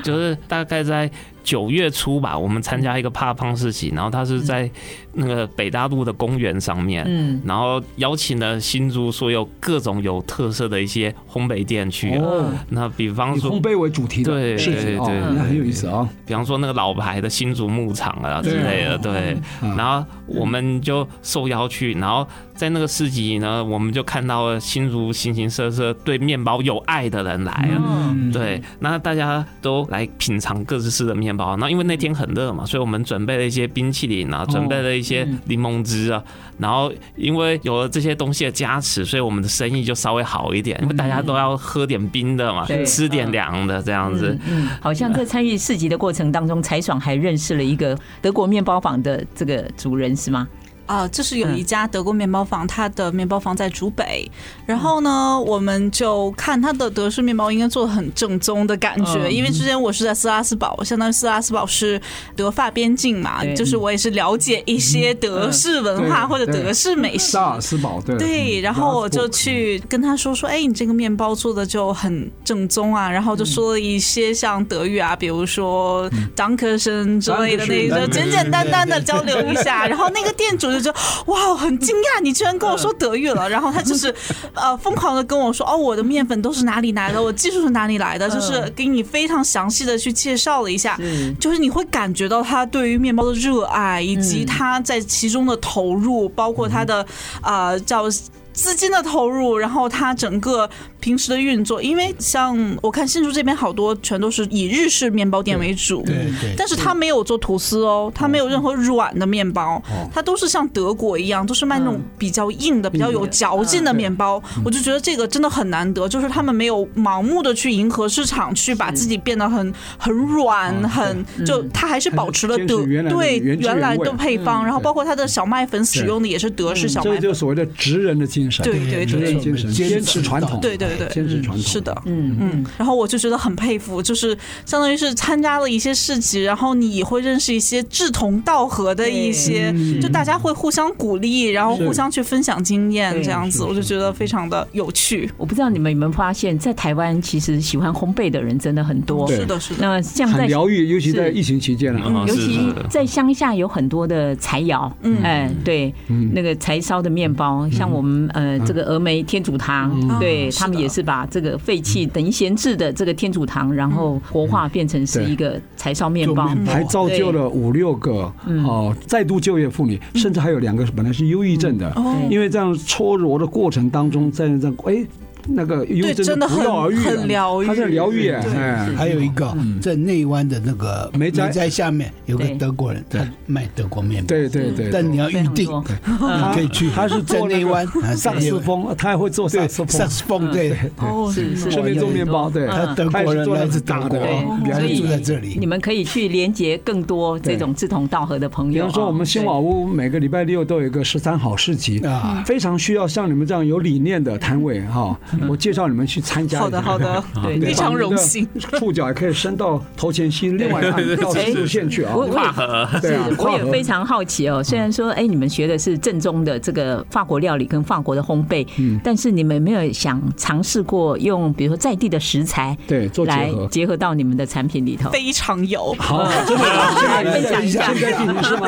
就是大概在九月初吧，我们参加一个怕胖市集，然后它是在那个北大路的公园上面，
嗯，
然后邀请了新竹所有各种有特色的一些烘焙店去。
哦，
那比方
以
说
烘，焙为主题的
对
事情哦
对对，
那很有意思啊。
比方说那个老牌的新竹牧场啊之类的，对。
嗯
然后我们就受邀去，然后在那个市集呢，我们就看到了新竹形形色色对面包有爱的人来了。
嗯，
对，那大家都来品尝各式的面包。那因为那天很热嘛，所以我们准备了一些冰淇淋啊，准备了一些柠檬汁啊。然后因为有了这些东西的加持，所以我们的生意就稍微好一点，因为大家都要喝点冰的嘛，
对
吃点凉的这样子。
嗯，好像在参与市集的过程当中，柴爽还认识了一个德国面包坊的这个主人，是吗？
啊，就是有一家德国面包房，它的面包房在竹北。然后呢，我们就看它的德式面包应该做的很正宗的感觉，
嗯
因为之前我是在斯拉斯堡，相当于斯拉斯堡是德法边境嘛
对，
就是我也是了解一些德式文化
嗯
或者
对
德式美食。
萨尔斯堡对
对，然后我就
Salzburg
去跟他说说，哎，你这个面包做的就很正宗啊，然后就说了一些像德语啊，比如说 Dankeschön 之类的那
Dankeschön，
种，就简简单单的交流一下。然后那个店主就说，哇，很惊讶，你居然跟我说德语了。然后他就是呃疯狂的跟我说，哦，我的面粉都是哪里来的，我技术是哪里来的，就是给你非常详细的去介绍了一下。
嗯，
就是你会感觉到他对于面包的热爱，以及他在其中的投入，包括他的呃叫。资金的投入，然后他整个平时的运作，因为像我看新竹这边好多全都是以日式面包店为主，
对
哎
对，
但是他没有做吐司哦，他没有任何软的面
哦
包，他都是像德国一样，都是卖那种比较硬的、比较有嚼劲的面
嗯
包。我就觉得这个真的很难得，就是他们没有盲目的去迎合市场，去把自己变得很很软，
哦
很
嗯
就他还是保持了
还是
德
坚持原来的
对
原汁原
原来的
味
配方，然后包括他的小麦粉使用的也是德式小
嗯这
麦
个
粉
就是，所谓的职人的精神，
对对
职人
对
对
精神，坚持传统，
对对对
坚持传统，
是的，
嗯
嗯，然后我就觉得很佩服，就是相当于是参加了一些市集，然后你也会认识一些志同道合的一些，就大家会互相鼓励，然后
是
互相去分享经验，
对
这样子，我就觉得非常的有趣。
我不知道你们有没有发现，在台湾其实喜欢烘焙的人真的很多。
对
是的，是的，
那像在
很疗愈，尤其在
是
疫情期间啊，
嗯
尤
是
其
是
在乡下有很多的柴窑，嗯，哎，对，那个柴烧的面包，像我们呃这个峨眉天主堂，对
嗯
他们
是的
也是把这个废弃等闲置的这个天主堂，然后活化变成是一个柴烧面包
做面，包
还造
对
就了五六个
嗯
哦再度就业妇女，甚至还有两个本来是忧郁症的，
哦
因为这样搓揉的过程当中，在这样哎那个忧郁
对
症
真的
不药
很
而愈啊，
很疗愈
它是疗愈
对
哎，
嗯还有一个在内湾的那个
梅
梅
斋
斋下面有个
对
德国人，他卖德国面包，
对对对，
但你要预
非
定，
常多嗯
嗯
你可以去，
他是
在
做那
内
个
湾啊
萨克斯风，他还会做萨
对
克斯
萨
风，
克斯风对，
哦，
[laughs] 是是
顺便做面包，对，
他德国人来自德国，
嗯
哦
对
原来住在这里
你。们可以去连接更多这种志同道合的朋
比
友啊。
方说，我们新瓦屋每个礼拜六都有一个十三好市集
啊，
非常需要像你们这样有理念的摊位哈。我介绍你们去参加一下。
好的好
[laughs]
的，
对
对
非常荣幸。，
把你的触角也可以伸到头前溪另
[laughs]
外一岸到
对对对
四线去啊。
我我也
对
是
啊，，
我
跨
也
河
非常好奇哦。虽然说，哎，你们学的是正宗的这个法国料理跟法国的烘焙，但是你们有没有想尝试过用，比如说在地的食材，
对做结
来
合。
结合到你们的产品里头？
非常有，
好，真的吗，现在
分享一下
现在进行是吗？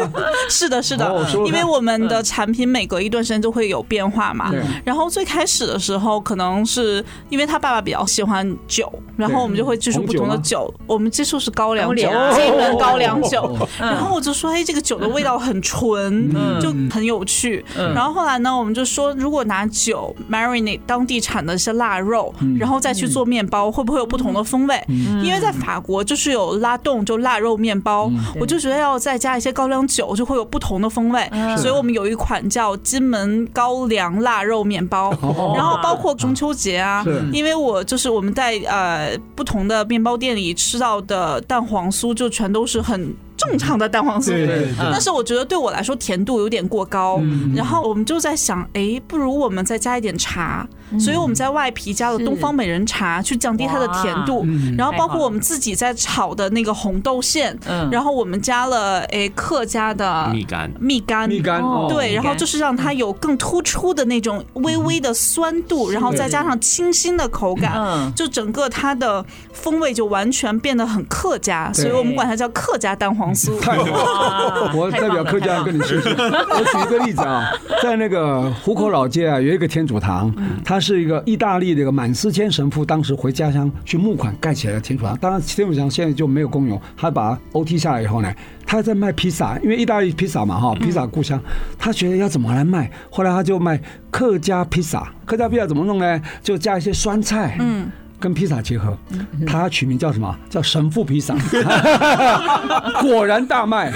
是的，是的，
哦说得
因为我们的产品每隔一段时间都会有变化嘛
对。
然后最开始的时候，可能是因为他爸爸比较喜欢酒，然后我们就会接触不同的
红
酒，我们接触是高粱酒
高粱，
金门高粱酒。
哦
然后我就说，哎，这个酒的味道很纯，就很有趣。然后后来呢，我们就说，如果拿酒 marinate 当地产的一些腊肉，然后再去做面包，会不会有不同的风味？因为在法国就是有拉冻，就腊肉面包，我就觉得要再加一些高粱酒，就会有不同的风味。所以我们有一款叫金门高粱腊肉面包，然后包括中秋节啊
是，
嗯
因为我就是我们在呃不同的面包店里吃到的蛋黄酥，就全都是很。正常的蛋黄酥，
嗯
对对
但是我觉得对我来说甜度有点过高，
嗯
然后我们就在想，哎，不如我们再加一点茶，
嗯
所以我们在外皮加了
是
东方美人茶，去降低它的甜度
哇，嗯
然后包括
太好了
我们自己在炒的那个红豆馅，
嗯
然后我们加了诶客家的
蜜柑。
蜜柑，
蜜柑嗯哦，
对，然后就是让它有更突出的那种微微的酸度，然后再加上清新的口感。
嗯，
就整个它的风味就完全变得很客家，所以我们管它叫客家蛋黄酥。
太好了。
哇
[laughs] 我代表客家人跟你谢谢。我举一个例子啊，在那个湖口老街啊，有一个天主堂，它是一个意大利的一个满斯谦神父，当时回家乡去募款盖起来的天主堂。当然，天主堂现在就没有公用，他把 OT 下来以后呢，他在卖披萨，因为意大利披萨嘛哈，披萨故乡，他觉得要怎么来卖，后来他就卖客家披萨。客家披萨怎么弄呢？就加一些酸菜，嗯。跟披萨结合，他取名叫什么？叫神父披萨，果然大卖。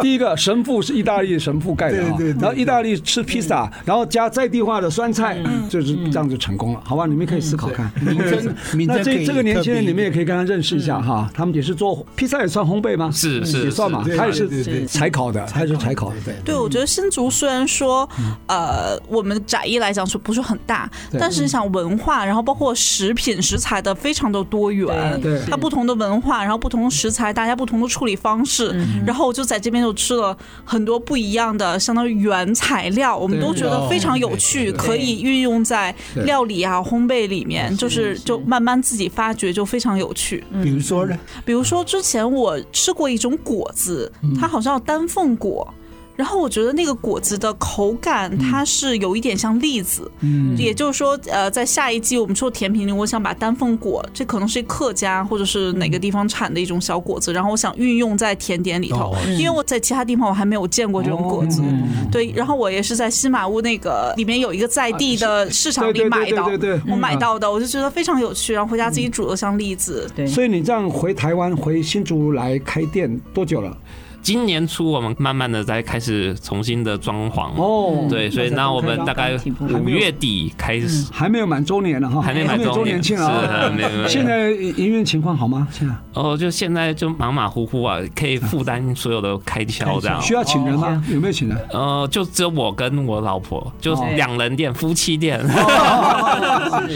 第一个神父是意大利神父盖的啊，
对对对
然后意大利吃披萨，然后加在地化的酸菜，
嗯
就是这样就成功了，好吧？你们可以思考看。 [laughs]
名称名
那
称可
这
以
这个年轻人，
特别嗯
你们也可以跟他认识一下哈，他们也是做披萨也算烘焙吗？
是是
也算嘛，
是
他也
对对
是
对
柴烤的，他也是柴烤的，对。
对，我觉得新竹虽然说，呃，我们窄义来讲说不是很大，
嗯对嗯
但是你想文化，然后包括食品食材的非常的多元，
对
它不同的文化，然后不同的食材，大家不同的处理方式，然后我就在这边就吃了很多不一样的，相当于原材料，我们
对
都觉得非常有趣，可以运用在
对
料理啊、烘焙里面，就是就慢慢自己发掘，就非常有趣。
比如说呢，
比如说之前我吃过一种果子，
嗯
它好像叫丹凤果。然后我觉得那个果子的口感，
嗯
它是有一点像栗子，嗯，也就是说，呃，在下一季我们做甜品里，我想把丹凤果，这可能是客家或者是哪个地方产的一种小果子，然后我想运用在甜点里头，
哦
因为我在其他地方我还没有见过这种果子，
嗯
对。然后我也是在新马屋那个里面有一个在地的市场里
对对对
买到
对对对，
我
嗯
买到的，我就觉得非常有趣，然后回家自己煮的像栗子，
对
所以你这样回台湾回新竹来开店多久了？
今年初我们慢慢的在开始重新的装潢。
哦，
对，所以那我们大概五月底开始，
还没有满周年呢哈，
还没满
有周
周
年
年
庆
是
啊
还没有没。有
现在营运情况好吗？现在
哦，就现在就马马虎虎啊，可以负担所有的开销这样。
需要请人吗？有没有请人？
呃，就只有我跟我老婆，就
哦
两人店、夫妻店。 [laughs]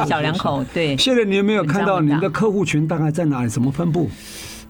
小两口对。
现在你有没有看到
文章文章
您的客户
呃
群大概在哪里？怎么分布？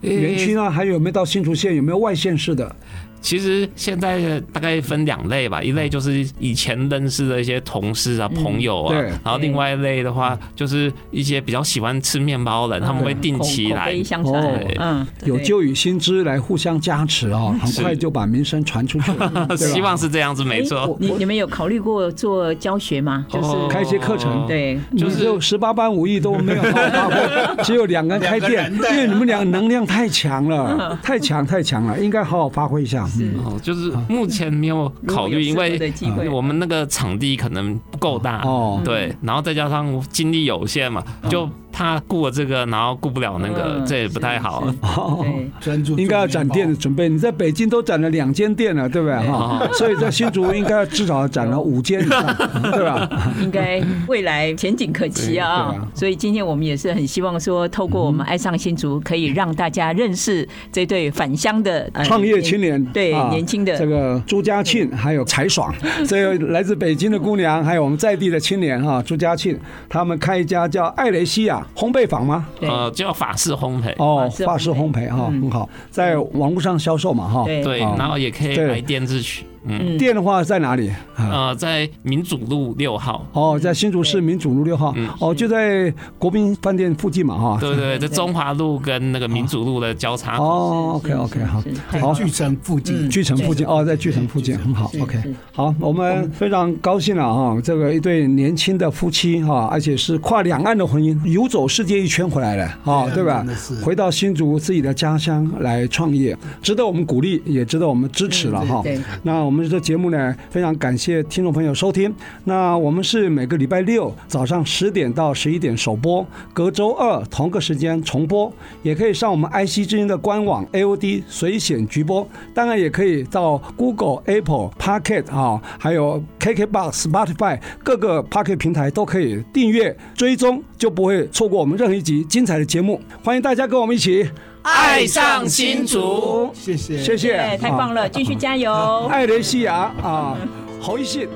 园区呢？还有没有到新竹县？有没有外县市的？
其实现在大概分两类吧，一类就是以前认识的一些同事啊、朋友啊
对，
然后另外一类的话就是一些比较喜欢吃面包的人，他们会定期来。 [laughs]
相传
对，，
嗯，
有
对
旧与新知来互相加持哦，很快就把名声传出去了
[laughs]
对吧
希望是这样子，没
哎
错。
你你们有考虑过做教学吗？哎就是、
哦
开一些课程
对，
就
就是
是十八般武艺都没有好好发
[laughs]
挥，只有两个人开店，因为你们俩能量太强
[laughs]
了，太强太强了，应该好好发挥一下。嗯
哦，就是目前没有考虑，因
如果有适合的
为
机会
我们那个场地可能不够大，
哦，
对，然后再加上精力有限嘛，就怕顾了这个，然后顾不了那个
嗯，
这也不太好。
[laughs] 好
对，
专注
哦应该要展店的
的
准备。你在北京都展了两间店了，对不对哈？所以在新竹应该至少展了五间
[laughs]
以上，对吧？
应该未来前景可期
对对
啊
啊！
所以今天我们也是很希望说，透过我们爱上新竹，可以让大家认识这对返乡的呃
创业青年
对
啊
年轻的嗯
这个朱家庆，还有
[laughs]
柴爽，这个来自北京的姑娘，还有我们在地的青年哈，朱家庆，他们开一家叫艾雷西亚烘焙坊吗？
对
呃，叫法式烘焙，
哦
法式，
法式
啊烘
烘
焙
焙哈，
嗯
很好，在网络上销售嘛哈。
对
对，
哦
然后也可以
对
来电自取，嗯，
嗯
店的话在哪里？啊
呃，在民主路六号，
哦，在新竹市民主路六号
嗯，
哦，就在国宾饭店附近嘛哈。
对对，在中华路跟那个民主路的交叉口，
哦哦，OK OK 好。好
巨城附近，
哦巨城附近哦，在巨城附近很好。OK，好，我们非常高兴了哈，这个一对年轻的夫妻哈，而且是跨两岸的婚姻，游走世界一圈回来了啊，对吧
真的是？
回到新竹自己的家乡来创业，值得我们鼓励，也值得我们支持了哈。
对，
那我们这节目呢，非常感谢听众朋友收听。那我们是每个礼拜六早上十点到十一点首播，隔周二同个时间重播，也可以上我们 IC 之音的官网 AOD 随选直播，当然也可以到 Google、Apple、Pocket 啊，还有 KKBox、Spotify 各个 Pocket 平台都可以订阅追踪，就不会错过我们任何一集精彩的节目。欢迎大家跟我们一起，
爱上新竹。
谢谢，
谢谢，
对，太棒
啊！
了，继续加油！
艾雷西亚啊，侯一信。